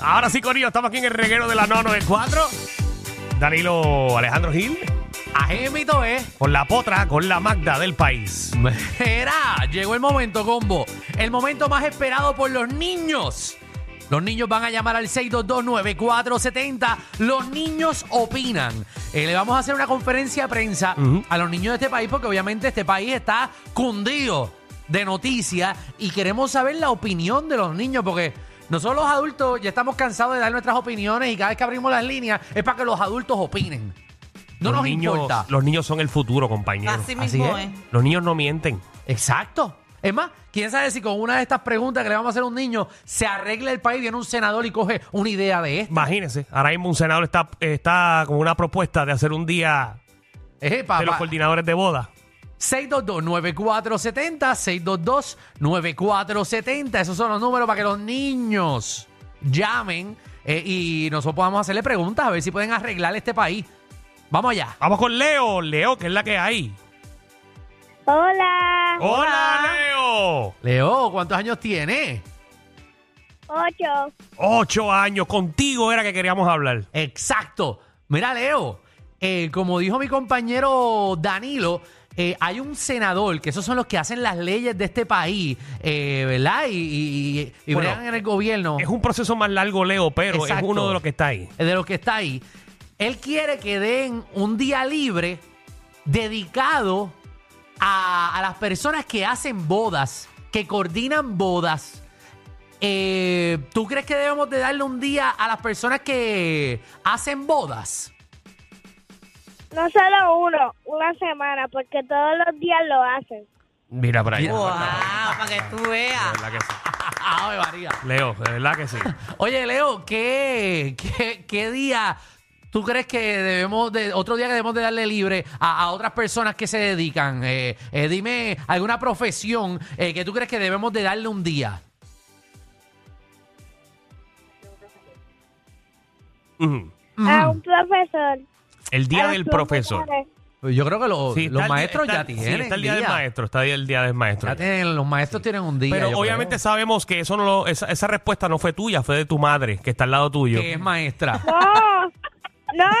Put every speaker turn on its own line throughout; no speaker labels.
Ahora sí, Corillo, estamos aquí en el reguero de la 994. Danilo Alejandro Gil,
Ajémito es.
con la potra, con la Magda del país.
Mira, llegó el momento, combo. El momento más esperado por los niños. Los niños van a llamar al 6229470. Los niños opinan. Eh, le vamos a hacer una conferencia de prensa a los niños de este país porque obviamente este país está cundido de noticias y queremos saber la opinión de los niños porque nosotros los adultos ya estamos cansados de dar nuestras opiniones y cada vez que abrimos las líneas es para que los adultos opinen. No
los
nos
niños,
importa.
Los niños son el futuro, compañero.
Así mismo
es.
es.
Los niños no mienten.
Exacto. Es más, quién sabe si con una de estas preguntas que le vamos a hacer a un niño se arregla el país, viene un senador y coge una idea de esto.
Imagínense, ahora mismo un senador está, está con una propuesta de hacer un día
Eh,
de los
papá.
coordinadores de boda.
622-9470, 622-9470. Esos son los números para que los niños llamen eh, y nosotros podamos hacerle preguntas a ver si pueden arreglar este país. Vamos allá.
Vamos con Leo, Leo, que es la que hay.
Hola,
Hola, Leo.
Leo, ¿cuántos años tiene?
ocho.
Ocho años, contigo era que queríamos hablar.
Exacto. Mira, Leo, eh, como dijo mi compañero Danilo, eh, hay un senador, que esos son los que hacen las leyes de este país, eh, ¿verdad? Y, y, y- y
Bueno,
bregan en el gobierno
Es un proceso más largo, Leo, pero
Exacto.
es uno de los que está ahí.
eh, de los que está ahí. Él quiere que den un día libre dedicado a, a las personas que hacen bodas, que coordinan bodas. Eh, ¿Tú crees que debemos de darle un día a las personas que hacen bodas?
No solo uno, una semana, porque todos los días lo hacen.
Mira para allá.
Wow, para que tú
De
veas.
verdad que sí.
Ave María.
Leo, de verdad que sí.
Oye, Leo, ¿qué, qué, qué día tú crees que debemos, de, otro día que debemos de darle libre a, a otras personas que se dedican? Eh, eh, dime alguna profesión eh, que tú crees que debemos de darle un día.
Ujú.
A un profesor.
El
a
día
los
del profesor.
profesores.
Yo creo que los-
Sí, está
los
el-
maestros
está-
ya tienen.
Sí, está el día, del
día.
maestro, está el día del maestro.
Ya tienen- los maestros tienen un día.
Pero
yo
obviamente
creo.
sabemos que eso no lo- esa, esa respuesta no fue tuya, fue de tu madre, que está al lado tuyo.
que es maestra.
No, no,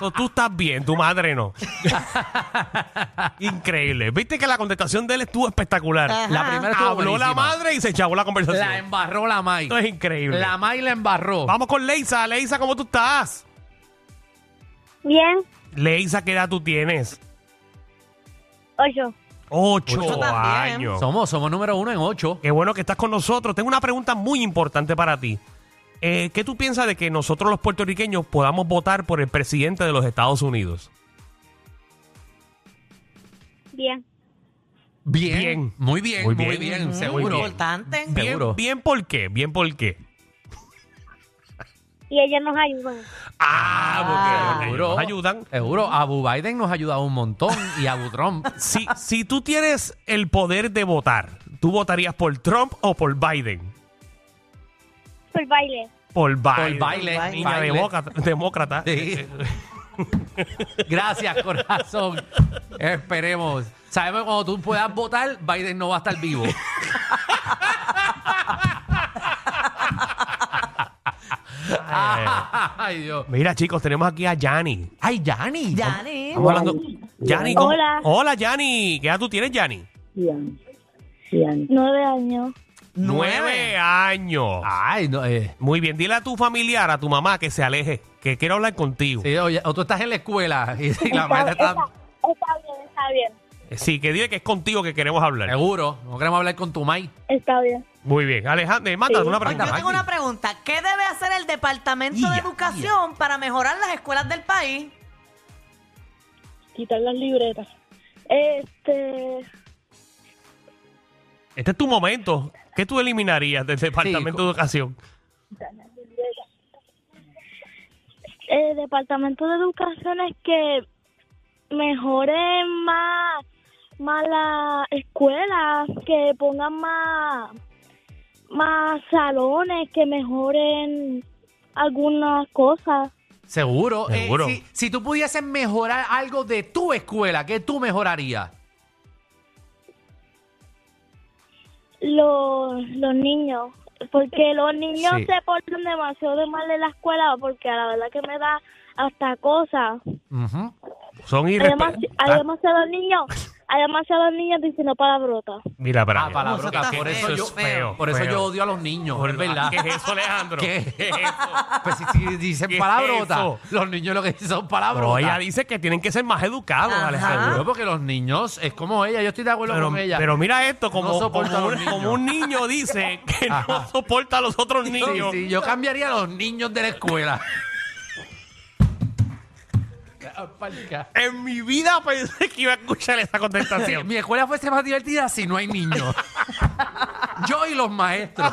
So, tú estás bien, tu madre no. Increíble. Viste que la contestación de él estuvo espectacular.
Ajá.
La primera Ah, estuvo
Habló la
buenísima.
madre y se chavó la conversación.
La embarró la May.
Esto es increíble.
La May la embarró.
Vamos con Leisa. Leisa, ¿cómo tú estás?
bien,
Leisa, ¿qué edad tú tienes?
ocho.
Ocho,
Ocho también.
años.
Somos, somos número uno en ocho.
Qué bueno que estás con nosotros. Tengo una pregunta muy importante para ti. Eh, ¿Qué tú piensas de que nosotros los puertorriqueños podamos votar por el presidente de los Estados Unidos?
Bien,
Bien.
Bien.
Muy bien,
Muy
muy
bien.
bien,
Mm,
seguro.
Importante.
Bien. Seguro.
Bien, bien por qué, bien por qué.
y ellos nos ayudan.
Ah, porque ellos nos ayudan.
Seguro. Abu Biden nos ha ayudado un montón y Abu Trump.
Si, si tú tienes el poder de votar, ¿tú votarías por Trump o por Biden?
Por baile.
Por Biden.
Por baile,
Niña
baile.
demócrata- demócrata.
Sí. Gracias, corazón. Esperemos. Sabemos que cuando tú puedas votar, Biden no va a estar vivo. Ay, Dios.
Mira, chicos, tenemos aquí a Yanni.
Ay, Yanni.
Yanni.
Estamos hablando- Yanni, ¿cómo-
Hola.
Hola, Yanni. ¿Qué edad tú tienes, Yanni?
Nueve años.
Nueve años.
Ay, no. eh.
Muy bien, dile a tu familiar, a tu mamá que se aleje, que quiero hablar contigo. Sí,
Sí, oye, o tú estás en la escuela y, y la
Está-
maestra está...
está- está bien, está bien,
que dile que es contigo que queremos hablar.
Seguro. No queremos hablar con tu mai.
está bien.
Muy bien, Alejandro, manda una pregunta.
Yo tengo una pregunta. ¿Qué debe hacer el Departamento de
Ya,
Educación para mejorar las escuelas del país?
Quitar las libretas. Este,
Este es tu momento. ¿Qué tú eliminarías del Departamento
co-
de Educación?
el eh, departamento de educación es que mejore más, más las escuelas, que pongan más, más salones, que mejoren algunas cosas.
Seguro. Eh,
Seguro.
si, si tú pudieses mejorar algo de tu escuela, ¿qué tú mejorarías?
los, los niños, porque los niños
Sí.
se portan demasiado de mal en la escuela, porque a la verdad que me da hasta cosa.
Ujú.
Son Ah,
Hay demasi-
irrespetuosos.
hay demasiados niños, hay demasiados niños diciendo palabrotas.
Mira, espera.
Ah, palabra,
Eso está
por eso,
feo,
yo,
feo,
por eso
feo.
yo odio a los niños,
Por-
es verdad.
¿Qué es eso, Alejandro?
¿Qué es
es eso?
Pues si, si dicen
¿Qué es
palabrotas,
eso?
los niños lo que dicen son palabrotas.
No, ella dice que tienen que ser más educados,
Ajá.
Alejandro.
Seguro, porque los niños, es como ella, yo estoy de acuerdo
¿Ah? Pero,
con ella.
pero mira esto, como,
No soporta
como
a los
un,
niños.
como un niño dice que no
Ajá.
soporta a los otros
Sí,
niños.
sí, yo cambiaría a los niños de la escuela.
En mi vida pensé que iba a escuchar esa contestación.
Mi escuela fuese más divertida si no hay niños. yo y los maestros.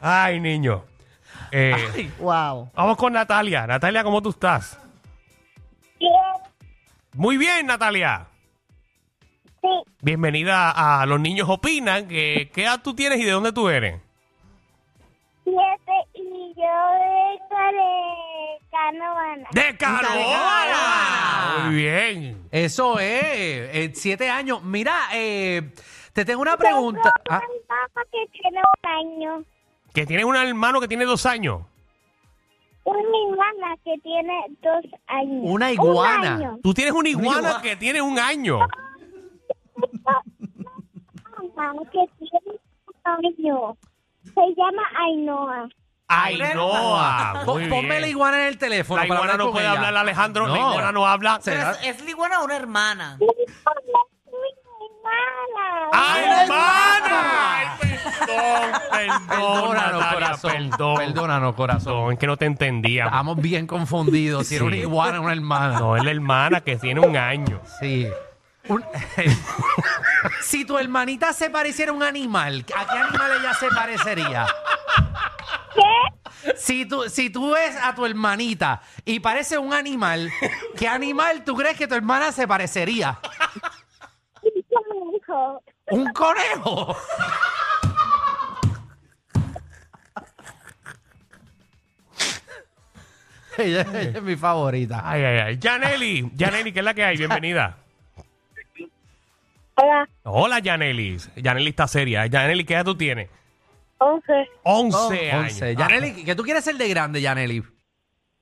Ay, niño. Eh,
Ay,
Wow.
vamos con Natalia. Natalia, ¿cómo tú estás? Muy bien, Natalia. Bienvenida a Los Niños Opinan. que- ¿Qué edad tú tienes y de dónde tú eres?
Siete y yo vengo de Canovana.
¡De Carolina!
Carolina!
Muy bien.
Eso es, eh, siete años. Mira, eh, te tengo una pregunta. Ah,
Mi papá que tiene un año,
Que tienes un hermano que tiene dos años.
una iguana que tiene dos años.
Una iguana.
Un año.
Tú tienes una
Una
iguana
iguana.
que tiene un año.
mamá que tiene un año. Se llama Ainhoa.
Ainhoa.
pon-
Muy
ponme la
bien.
iguana en el teléfono.
La
para
iguana
hablar
no
con
puede
ella.
hablar, Alejandro. La iguana no habla.
Será-
Pero ¿Es, es la iguana o una hermana?
¡Ay,
¡Ay,
hermana! ¡Ay, perdón! Perdón,
Perdónanos,
Natalia,
corazón.
Perdón.
Perdónanos, corazón.
Perdón, es que no te entendía.
Estábamos bien confundidos. Si era una
Sí.
iguana o una hermana.
No, es la hermana que tiene un año.
Sí. Un- si tu hermanita se pareciera a un animal, ¿a qué animal ella se parecería?
¿Qué?
Si tú, si tú ves a tu hermanita y parece un animal, ¿qué animal tú crees que tu hermana se parecería?
¿Cómo dijo?
¿Un conejo? ella, ella es mi favorita.
Ay, ay, ay. Janeli, Janeli, ¿qué es la que hay? Bienvenida.
Hola,
Hola, Janeli. Janeli está seria. Janeli, ¿qué edad tú tienes?
11,
11 años.
Once. Yaneli, ¿qué tú quieres ser de grande, Yaneli?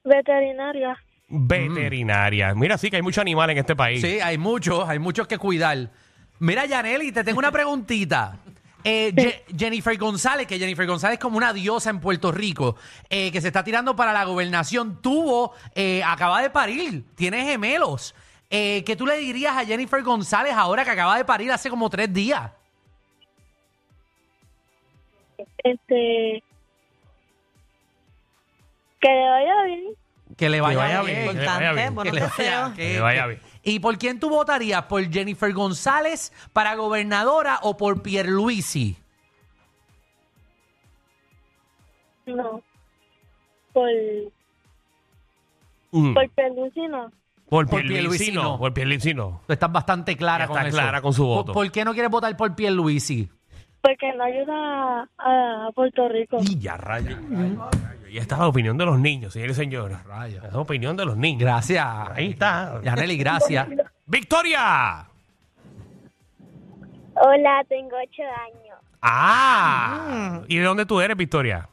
veterinaria.
Veterinaria. Mira, sí que hay mucho animal en este país.
Sí, hay muchos, hay muchos que cuidar. Mira, Yaneli, te tengo una preguntita. Eh, Je- Jennifer González, que Jennifer González es como una diosa en Puerto Rico, eh, que se está tirando para la gobernación, tuvo, eh, acaba de parir, tiene gemelos. Eh, ¿Qué tú le dirías a Jennifer González ahora que acaba de parir hace como tres días?
Este. Que le vaya bien.
Que le vaya,
vaya
bien.
bien. le vaya
Importante,
bien.
Que
buenos
le vaya,
deseos.
Que le Eh, vaya bien.
¿Y por quién tú votarías? ¿Por Jennifer González para gobernadora o por Pierluisi?
No. Por,
Mm.
por Pelucino.
Por
Por
Pierluisino.
Pierluisino.
Por Pierluisino.
Tú estás bastante clara
Ya
con
está
eso.
clara con su
¿Por-
voto.
¿Por, qué no quieres votar por Pierluisi?
Porque no ayuda a, a Puerto Rico.
Y ya, rayo. Y esta es la opinión de los niños, señores y señores.
Rayo.
Es la opinión de los niños.
Gracias.
Ahí está.
Yaneli, gracias.
¡Victoria!
Hola, tengo ocho años.
Mm.
¡Ah! ¿Y de dónde tú eres, Victoria?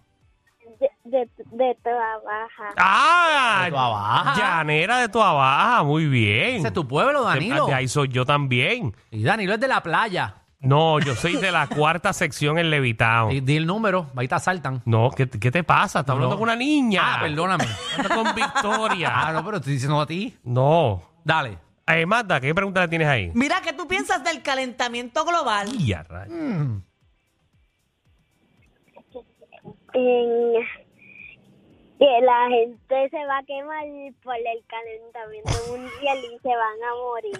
De, de, de toda baja.
¡Ah!
De Toa Baja.
Llanera de tu Baja. Muy bien.
Ese es tu pueblo, Danilo.
De ahí soy yo también.
Y Danilo es de la playa.
No, yo soy de la cuarta sección en Levitown.
Di, di el número, ahí te asaltan.
No, ¿qué, qué te pasa? Estás hablando
No.
con una niña.
Ah, perdóname.
Hablando con
Ah,
Victoria.
no, pero estoy diciendo a ti.
no.
Dale.
Eh, Magda, ¿qué pregunta le tienes ahí?
Mira, ¿qué tú piensas del calentamiento global?
Ya, rayo.
en- que la gente se va a quemar por el calentamiento mundial y se van a morir.